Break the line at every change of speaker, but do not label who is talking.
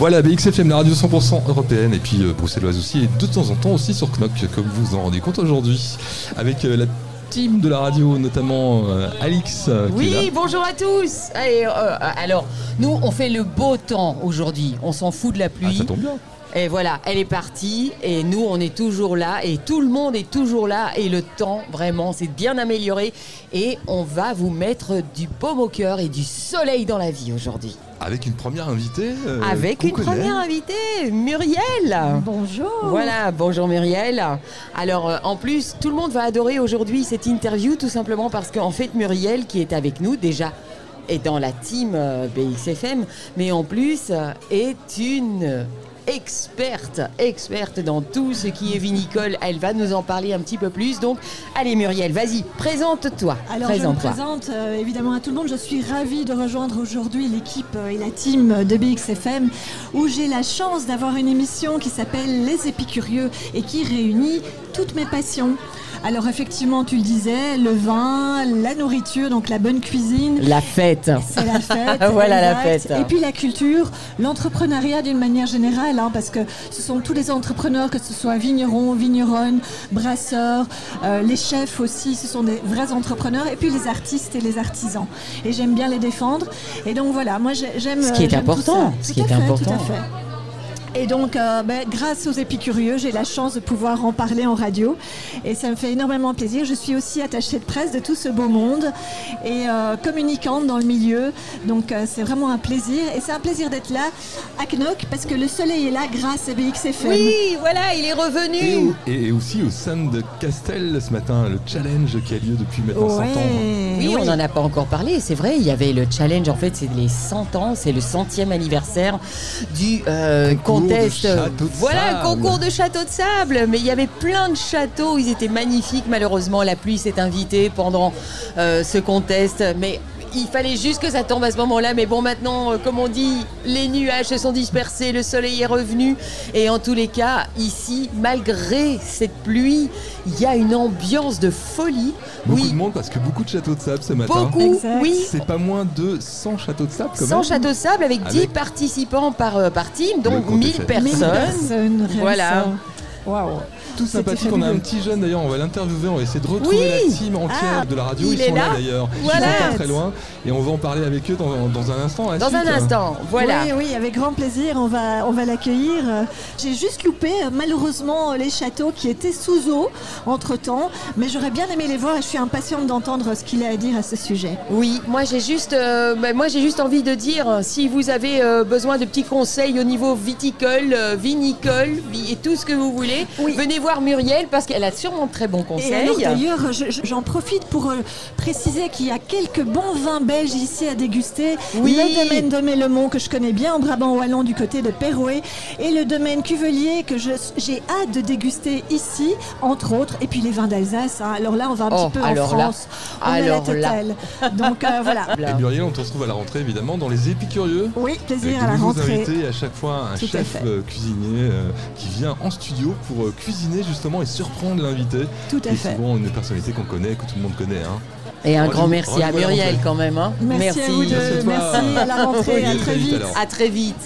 Voilà, BXFM, la radio 100% européenne, et puis euh, bruxelloise aussi, et de temps en temps aussi sur Knock, comme vous en rendez compte aujourd'hui, avec euh, la team de la radio, notamment euh, Alix. euh, qui est là.
Oui, bonjour à tous. Allez, euh, alors, nous, on fait le beau temps aujourd'hui. On s'en fout de la
Ah,
pluie.
ça tombe bien.
et voilà, elle est partie. Et nous, on est toujours là. Et tout le monde est toujours là. Et le temps, vraiment, s'est bien amélioré. Et on va vous mettre du baume au cœur et du soleil dans la vie aujourd'hui.
Avec une première invitée. euh,
Avec
qu'on
une
connaît.
première invitée, Muriel.
Bonjour.
Voilà, bonjour Muriel. Alors euh, en plus, tout le monde va adorer aujourd'hui cette interview tout simplement parce qu'en fait Muriel qui est avec nous déjà est dans la team euh, BXFM, mais en plus euh, est une experte, experte dans tout ce qui est vinicole. Elle va nous en parler un petit peu plus. Donc allez Muriel, vas-y, présente-toi.
Alors je
présente-toi.
me présente euh, évidemment à tout le monde. Je suis ravie de rejoindre aujourd'hui l'équipe euh, et la team de BXFM où j'ai la chance d'avoir une émission qui s'appelle Les Épicurieux et qui réunit toutes mes passions. Alors effectivement, tu le disais, le vin, la nourriture, donc la bonne cuisine.
La fête.
C'est la fête.
Voilà la
exact.
fête.
Et puis la culture, l'entrepreneuriat d'une manière générale, hein, parce que ce sont tous les entrepreneurs, que ce soit vignerons, vigneronnes, brasseurs, euh, les chefs aussi, ce sont des vrais entrepreneurs, et puis les artistes et les artisans. Et j'aime bien les défendre. Et donc voilà, moi j'ai- j'aime.
Ce qui est
euh, j'aime tout
important,
ça.
ce
Tout
qui
à
est
fait,
important.
Tout à fait. Et donc, euh, ben, grâce aux épicurieux, j'ai la chance de pouvoir en parler en radio. Et ça me fait énormément plaisir. Je suis aussi attachée de presse de tout ce beau monde et euh, communicante dans le milieu. Donc, euh, c'est vraiment un plaisir. Et c'est un plaisir d'être là à Knock parce que le soleil est là grâce à BXFM.
Oui, voilà, il est
Et,
revenu.
au- et aussi au sein de Castel ce matin, le challenge qui a lieu depuis maintenant 100 ans.
Ouais.
Oui, on n'en a pas encore parlé, c'est vrai. Il y avait le challenge, en fait, c'est les 100 ans, c'est le centième anniversaire du euh,
Concours de
contest.
château de
voilà,
sable.
concours de château de sable. Mais il y avait plein de châteaux, ils étaient magnifiques. Malheureusement, la pluie s'est invitée pendant euh, ce contest. Mais. Il fallait juste que ça tombe à ce moment-là, mais bon, maintenant, euh, comme on dit, les nuages se sont dispersés, le soleil est revenu, et en tous les cas, ici, malgré cette pluie, il y a une ambiance de folie.
Beaucoup
oui,
de monde parce que beaucoup de châteaux de sable ce matin.
Beaucoup,
Exact.
oui.
C'est pas moins de 100 châteaux de sable quand
100
même.
châteaux de sable avec 10
Avec-
participants par, euh, par team,
Le
donc
compte est
1000
fait.
Mille
personnes.
personnes, rien
Voilà.
que ça. Waouh.
Tout
C'était
sympathique. On a un
fabuleux.
petit jeune d'ailleurs, on va l'interviewer, on va essayer de retrouver
Oui.
la team entière
Ah,
de la radio.
il
Ils
est
sont là,
là.
d'ailleurs.
Voilà.
Ils sont pas très loin et on va en parler avec eux dans, dans un instant.
Dans un
Astrid.
instant, voilà.
Oui, oui, avec grand plaisir, on va, on va l'accueillir. Euh, J'ai juste loupé, euh, malheureusement, les châteaux qui étaient sous eau entre-temps, mais j'aurais bien aimé les voir et je suis impatiente d'entendre ce qu'il a à dire à ce sujet.
Oui, moi j'ai juste, euh, bah, moi j'ai juste envie de dire, euh, si vous avez euh, besoin de petits conseils au niveau viticole, euh, vinicole vi- et tout ce que vous voulez,
Oui.
venez voir Muriel parce qu'elle a sûrement de très bons
Et
conseils.
alors, d'ailleurs, je- je- j'en profite pour euh, préciser qu'il y a quelques bons vins belges ici à déguster.
Oui.
Le domaine de Mélemont que je connais bien en Brabant wallon du côté de Pérouet et le domaine Cuvelier que je- j'ai hâte de déguster ici, entre autres. Et puis les vins d'Alsace. hein. Alors là, on va un
Oh,
petit peu
alors
en
là.
France. on
Alors
a la totale. Donc euh, voilà.
Et Muriel, on te retrouve à la rentrée évidemment dans les épicurieux.
Oui,
Avec
plaisir
de
à la
nouveaux
rentrée.
invités, à chaque fois un
Tout à
chef
fait.
euh, cuisinier euh, qui vient en studio pour euh, cuisiner justement et surprendre l'invité.
Tout à
Et
fait.
souvent une personnalité qu'on connaît, que tout le monde connaît. hein.
Et un
Rendez-vous-
grand merci à
rendez-vous à la
Muriel
rentrée.
quand même. hein.
Merci, euh, à vous deux.
Merci à toi.
Merci à la rentrée.
Oui,
à
à
très
très vite,
vite.
alors.
À très vite.